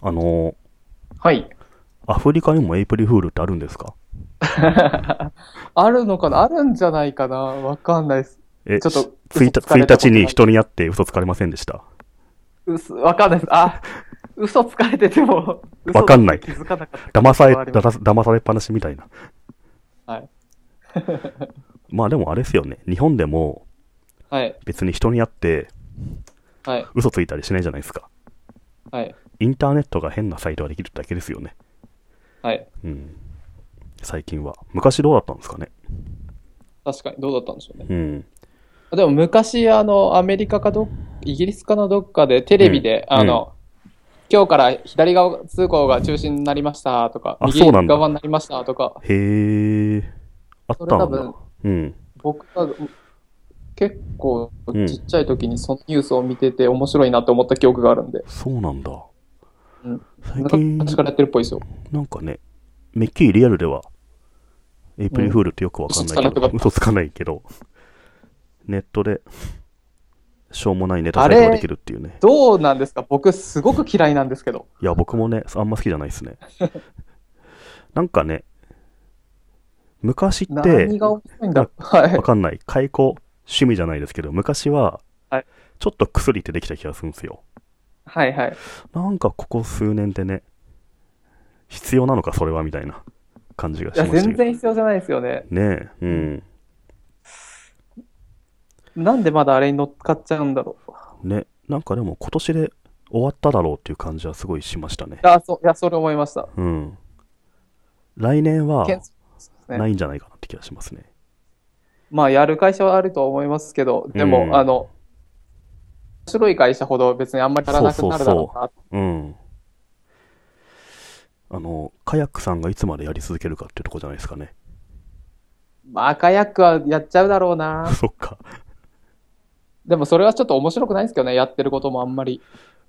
あの、はい。 アフリカにもエイプリフールってあるんですかあるのかなあるんじゃないかなわかんないです。え、ちょっと1日嘘つかれたこ1と日ないに人に会って嘘つかれませんでした。うす、わかんないです。あ、嘘つかれてて も、嘘わかんない気づかなかった。騙され、ありまだすだ騙されっぱなしみたいな。はい。まあでもあれですよね。日本でもはい。別に人に会ってはい。嘘ついたりしないじゃないですか。はい。インターネットが変なサイトができるだけですよね。はい。うん。最近は。昔どうだったんですかね。確かに、どうだったんでしょうね。うん。でも昔、あの、アメリカかどっ、イギリスかのどっかでテレビで、うんあの、今日から左側通行が中心になりましたとか、あ右そうなんだ側になりましたとか、へえ。あっそれた多んだ分。うん。僕は結構うんちっちゃい時にそのニュースを見てて面白いなと思った記憶があるんで、そうなんだ。うん最近、昔からやってるっぽいですよ。なんかね、めっきりリアルでは、エイプリルフールってよくわかんないけど、うん嘘つかないけど、ネットで、しょうもないネタサイトができるっていうね。どうなんですか僕すごく嫌いなんですけど。いや、僕もね、あんま好きじゃないです ね。なんかね、昔って、何が面白いんだろう はいわ。かんない、解雇趣味じゃないですけど、昔ははい、ちょっと薬ってできた気がするんですよ。はいはい。なんかここ数年でね、必要なのか、それはみたいな感じがいしまや、したけど全然必要じゃないですよね。ねえ、うん。なんでまだあれに乗っかっちゃうんだろう。ね、なんかでも今年で終わっただろうっていう感じはすごいしましたねい。や、そいやそれ思いました。うん。来年はけんねないんじゃないかなって気がしますね。まあ、やる会社はあるとは思いますけど、でも、うんあの、面白い会社ほど別にあんまりやらなくなるだろうな。うん。あの、カヤックさんがいつまでやり続けるかっていうとこじゃないですかね。まあ、カヤックはやっちゃうだろうな。 そっか。でも、それはちょっと面白くないですけどね、やってることもあんまり。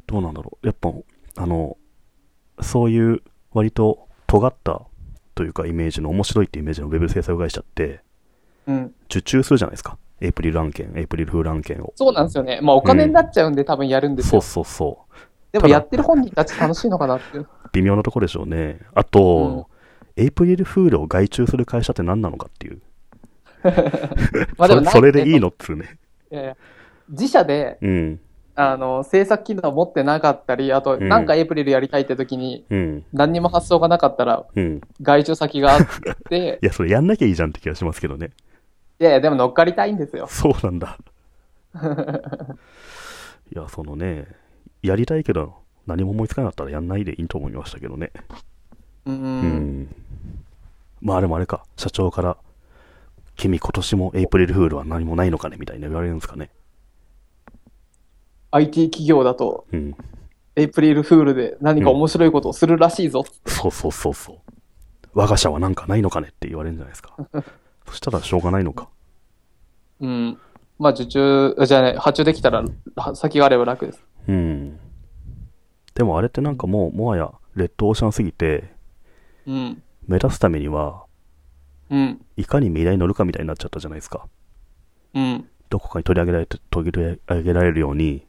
どうなんだろう。やっぱ、あの、そういう割と尖ったというかイメージの面白いっていうイメージのウェブ制作会社ってうん。受注するじゃないですか。エイプリル案件、エイプリルフール案件を。そうなんですよね。まあ、お金になっちゃうんで、多分やるんですそうよ。そうそう。でも、やってる本人たち楽しいのかなっていう。微妙なところでしょうね。あと、エイプリルフールを外注する会社って何なのかっていう。まあ、でもそれそれでいいのっつうね。いやいや自社で、うん。あの、制作機能持ってなかったり、あうと、んなんかエイプリルやりたいって時に、うん。何にも発想がなかったら、うん。外注先があって、 いや、それやんなきゃいいじゃんって気がしますけどね。 いやいや、でも乗っかりたいんですよ。そうなん だ。いや、そのね、やりたいけど、何も思いつかなかったらやんないでいいと思いましたけどね。ううん。ん。まあ、でもあれか、社長から、君今年もエイプリルフールは何もないのかねみたいな言われるんですかね。 IT 企業だと、うん。エイプリルフールで何か面白いことをするらしいぞ。そうそうそうそう。我が社はなんかないのかねって言われるんじゃないです か。そしたらしょうがないのか。うん。まあ、受注、じゃあね、発注できたら、は先があれば楽です。うん。でもあれってなんかもう、もはや、レッドオーシャンすぎて、うん。目指すためには、うん。いかに未来に乗るかみたいになっちゃったじゃないですか。うん。どこかに取り上げられて、取り上げられるように、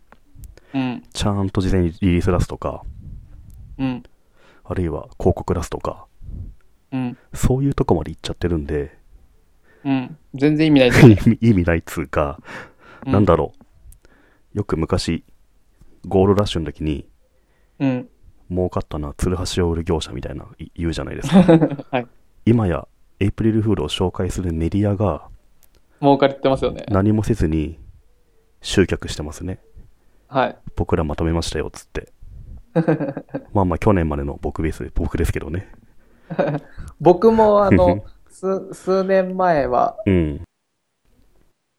うん。ちゃんと事前にリリース出すとか、うん。あるいは広告出すとか、うん。そういうとこまで行っちゃってるんで、 うん。全然意味ないです。意味意味ないっつうか、うんなんだろう。よく昔、ゴールラッシュの時に、うん。儲かったな、ツルハシを売る業者みたいな、い言うじゃないです か。はい。今や、エイプリルフールを紹介するメディアが、儲かってますよね。何もせずに、集客してますね。はい。僕らまとめましたよ、つって。まあまあ、去年までの僕です、僕ですけどね。僕も、あの、数数年前は、うん、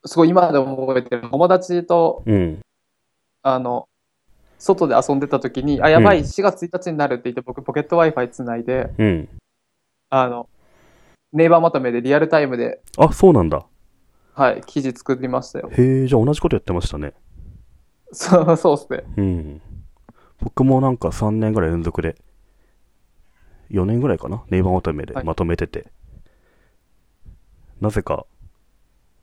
すごい今でも覚えてる、友達と、うん、あの、外で遊んでた時に、あ、やばい、4月1日になるって言って、僕、ポケット Wi-Fi つないで、うん。あの、ネイバーまとめでリアルタイムで、あ、そうなんだ。はい、記事作りましたよ。へえ、じゃあ同じことやってましたね。そう、そうっすね。うん。僕もなんか3年ぐらい連続で、4年ぐらいかな、ネイバーまとめではいまとめてて、なぜか、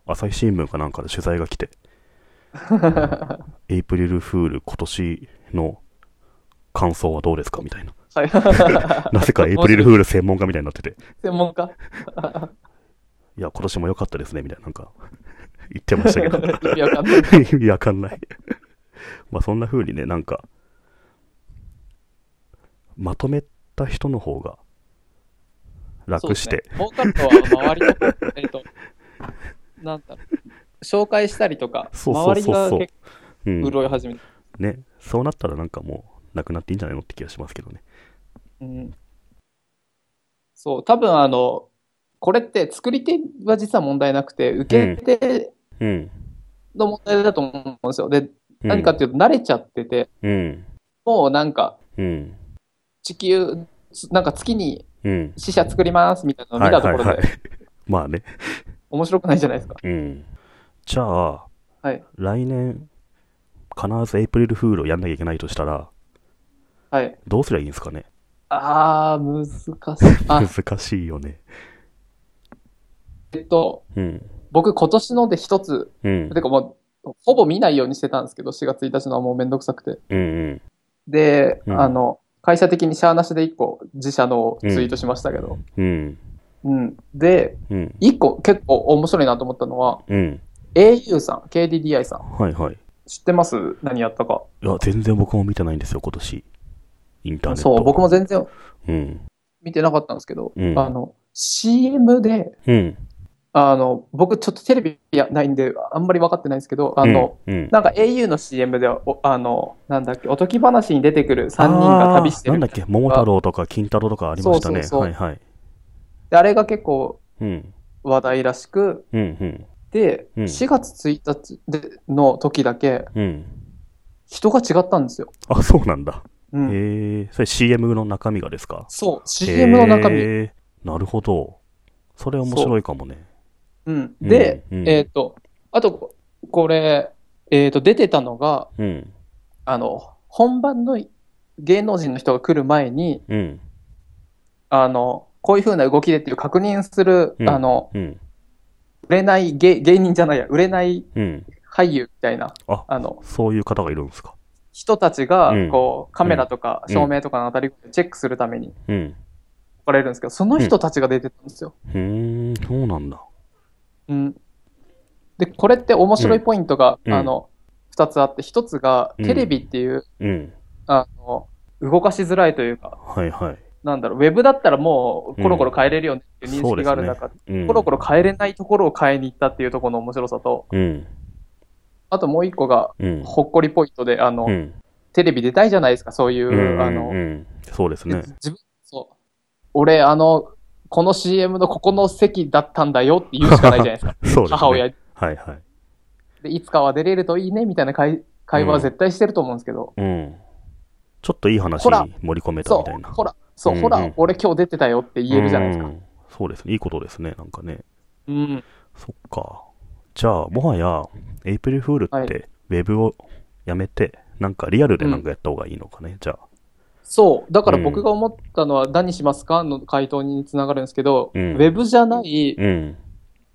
朝日新聞かなんかで取材が 来て、エイプリルフール今年の感想はどうですかみたいな。はい。なぜかエイプリルフール専門家みたいにな ってて、専門家いや、今年も良かったですね、みたいな、なんか、言ってましたけど。意味わかんない。意味わかん ない。 まあそんな風にね、なんか、まとめた人の方が楽して、そうですね。儲かるとは周りの、えっと、なんだろう。紹介したりとか、そうそうそうそう周りが結う構ん、潤い始めた。ね、そうなったらなんかもうなくなっていいんじゃないのって気がしますけどね。うん。そう、多分あの、これって作り手は実は問題なくて、受け手うん。の問題だと思うんですよ。で、うん何かっていうと慣れちゃってて、うん。もうなんかうん。地球、なんか月にうん。死者作りますみたいなのを見たところはいはいはでい。 まあね。面白くないじゃないですか。うん。じゃあ、はい来年、必ずエイプリルフールをやんなきゃいけないとしたら、はい。どうすりゃいいんですかね。あー、難しい。あ、 難しいよね。えっと、うん。僕今年ので一つ、うん。てかもう、ほぼ見ないようにしてたんですけど、4月1日のはもうめんどくさくて。うんうん。で、うんあの、会社的にシャアなしで1個自社のをツイートしましたけど。うん。うん。で、うん。 1個結構面白いなと思ったのは、うん。 au さん、KDDI さん。はいはい。知ってます何やったか。いや、全然僕も見てないんですよ、今年。インターネット。そう、僕も全然うん。見てなかったんですけど、うんあの、CM で、うん。あの、僕ちょっとテレビやないんで、あんまり分かってないんですけど、あの、うん、うん。なんか au の CM でお、あの、なんだっけ、おとぎ話に出てくる3人が旅してあーなるんだっけ、桃太郎とか金太郎とかありましたね。そうそうそうはいはい。であれが結構うん。話題らしく、うんうん。で、うん4月1日での時だけ、うん。人が違ったんですよ。あ、そうなんだ。うんへえ。それ CM の中身がですかそう、CM の中身。へーなるほど。それ面白いかもね。うん、で、うんうんえっ、と、あと、これ、えっ、と、出てたのが、うん。あの、本番の芸能人の人が来る前に、うん。あの、こういう風な動きでっていう確認する、うんあの、うん。売れない芸、芸人じゃないや、売れないうん。俳優みたいな、あの、そういう方がいるんですか。人たちがうん、こう、カメラとかうん照明とかの当たり具合をチェックするためにうん。来られるんですけど、その人たちが出てたんですよ。うーん、そうなんだ。うん。で、これって面白いポイントが、うんあの、二つあって、一つが、うんテレビっていう、うん。あの、動かしづらいというか、はいはい。なんだろう、ウェブだったらもうコロコロ変えれるよねっていう認識があるうん中で、うん、コロコロ変えれないところを変えに行ったっていうところの面白さと、うん。あともう一個が、うん。ほっこりポイントで、あの、うん。テレビ出たいじゃないですか、そういう、うんあうの、んそうですね。自分、そう、俺、あの、この CM のここの席だったんだよって言うしかないじゃないですか、そうですね。母親ではいはい。いつかは出れるといいねみたいな会会話は絶対してると思うんですけど、うん。ちょっといい話ほらに盛り込めたそ、みたいうな。ほら、そう、うんほうらん、俺今日出てたよって言えるじゃないですうか。んそうですね。いいことですね。なんかね。うん、そっか。じゃあ、もはや、エイプリルフールはっいて、ウェブをやめて、なんかリアルでなんかやった方がいいのかね。じゃあ。そう、だからう僕んが思ったのは、何しますかの回答につながるんですけど、うんウェブじゃない、うん。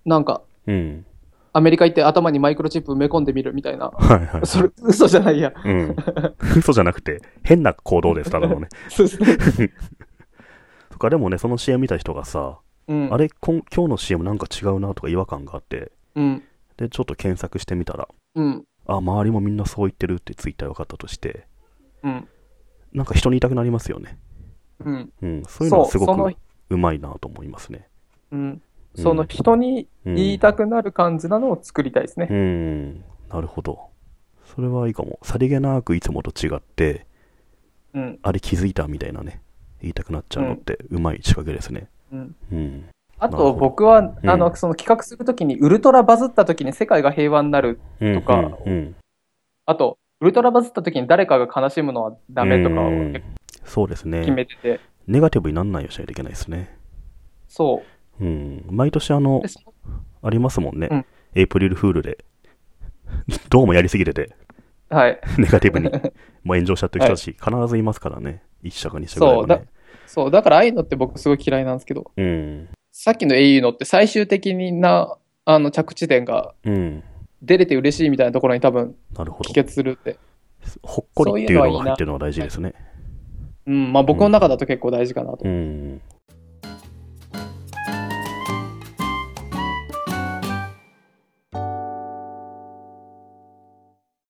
なんか、うん。アメリカ行って頭にマイクロチップ埋め込んでみるみたいな。はいはい。それ、嘘じゃないや。うん。嘘じゃなくて、変な行動です、ただのね。そうですね。とか、でもね、その CM 見た人がさ、うん。あれ、こん今日の CM なんか違うなとか違和感があって、うん。で、ちょっと検索してみたら、うん。あ、周りもみんなそう言ってるってツイッター分かったとして、うん。なんか人に言いたくなりますよね。うん。うん、そういうのはすごそのく、うまいなと思いますね。うん。うんその人にうん、言いたくなる感じなのを作りたいですねう。ん、なるほど。それはいいかも。さりげなくいつもと違って、うん。あれ気づいたみたいなね、言いたくなっちゃうのって、うまい仕掛けですね。うん。うん。あなるとほど僕は、うんあの、その企画するときに、ウルトラバズったときに世界が平和になる。とかうん、あと、ウルトラバズったときに誰かが悲しむのはダメとかをうんそうです決ね。めてて。ネガティブにならないようにしないといけないですね。そうん。毎年、あのう。で、そありますもんね。うんエイプリルフールで。 どうもやりすぎてて、はい。 ネガティブに。もう炎上しちゃってる人たち、必ずいますからね。一社か二社ぐらいはね。そう。だからああいうのって僕すごい嫌いなんですけど、うん。さっきの au のって最終的な、あの、着地点が、うん。出れて嬉しいみたいなところに多分なるほど帰。結するって。ほっこりっていうのが入ってるのが大事ですね。うん、まあ僕の中だと結構大事かなと。うん。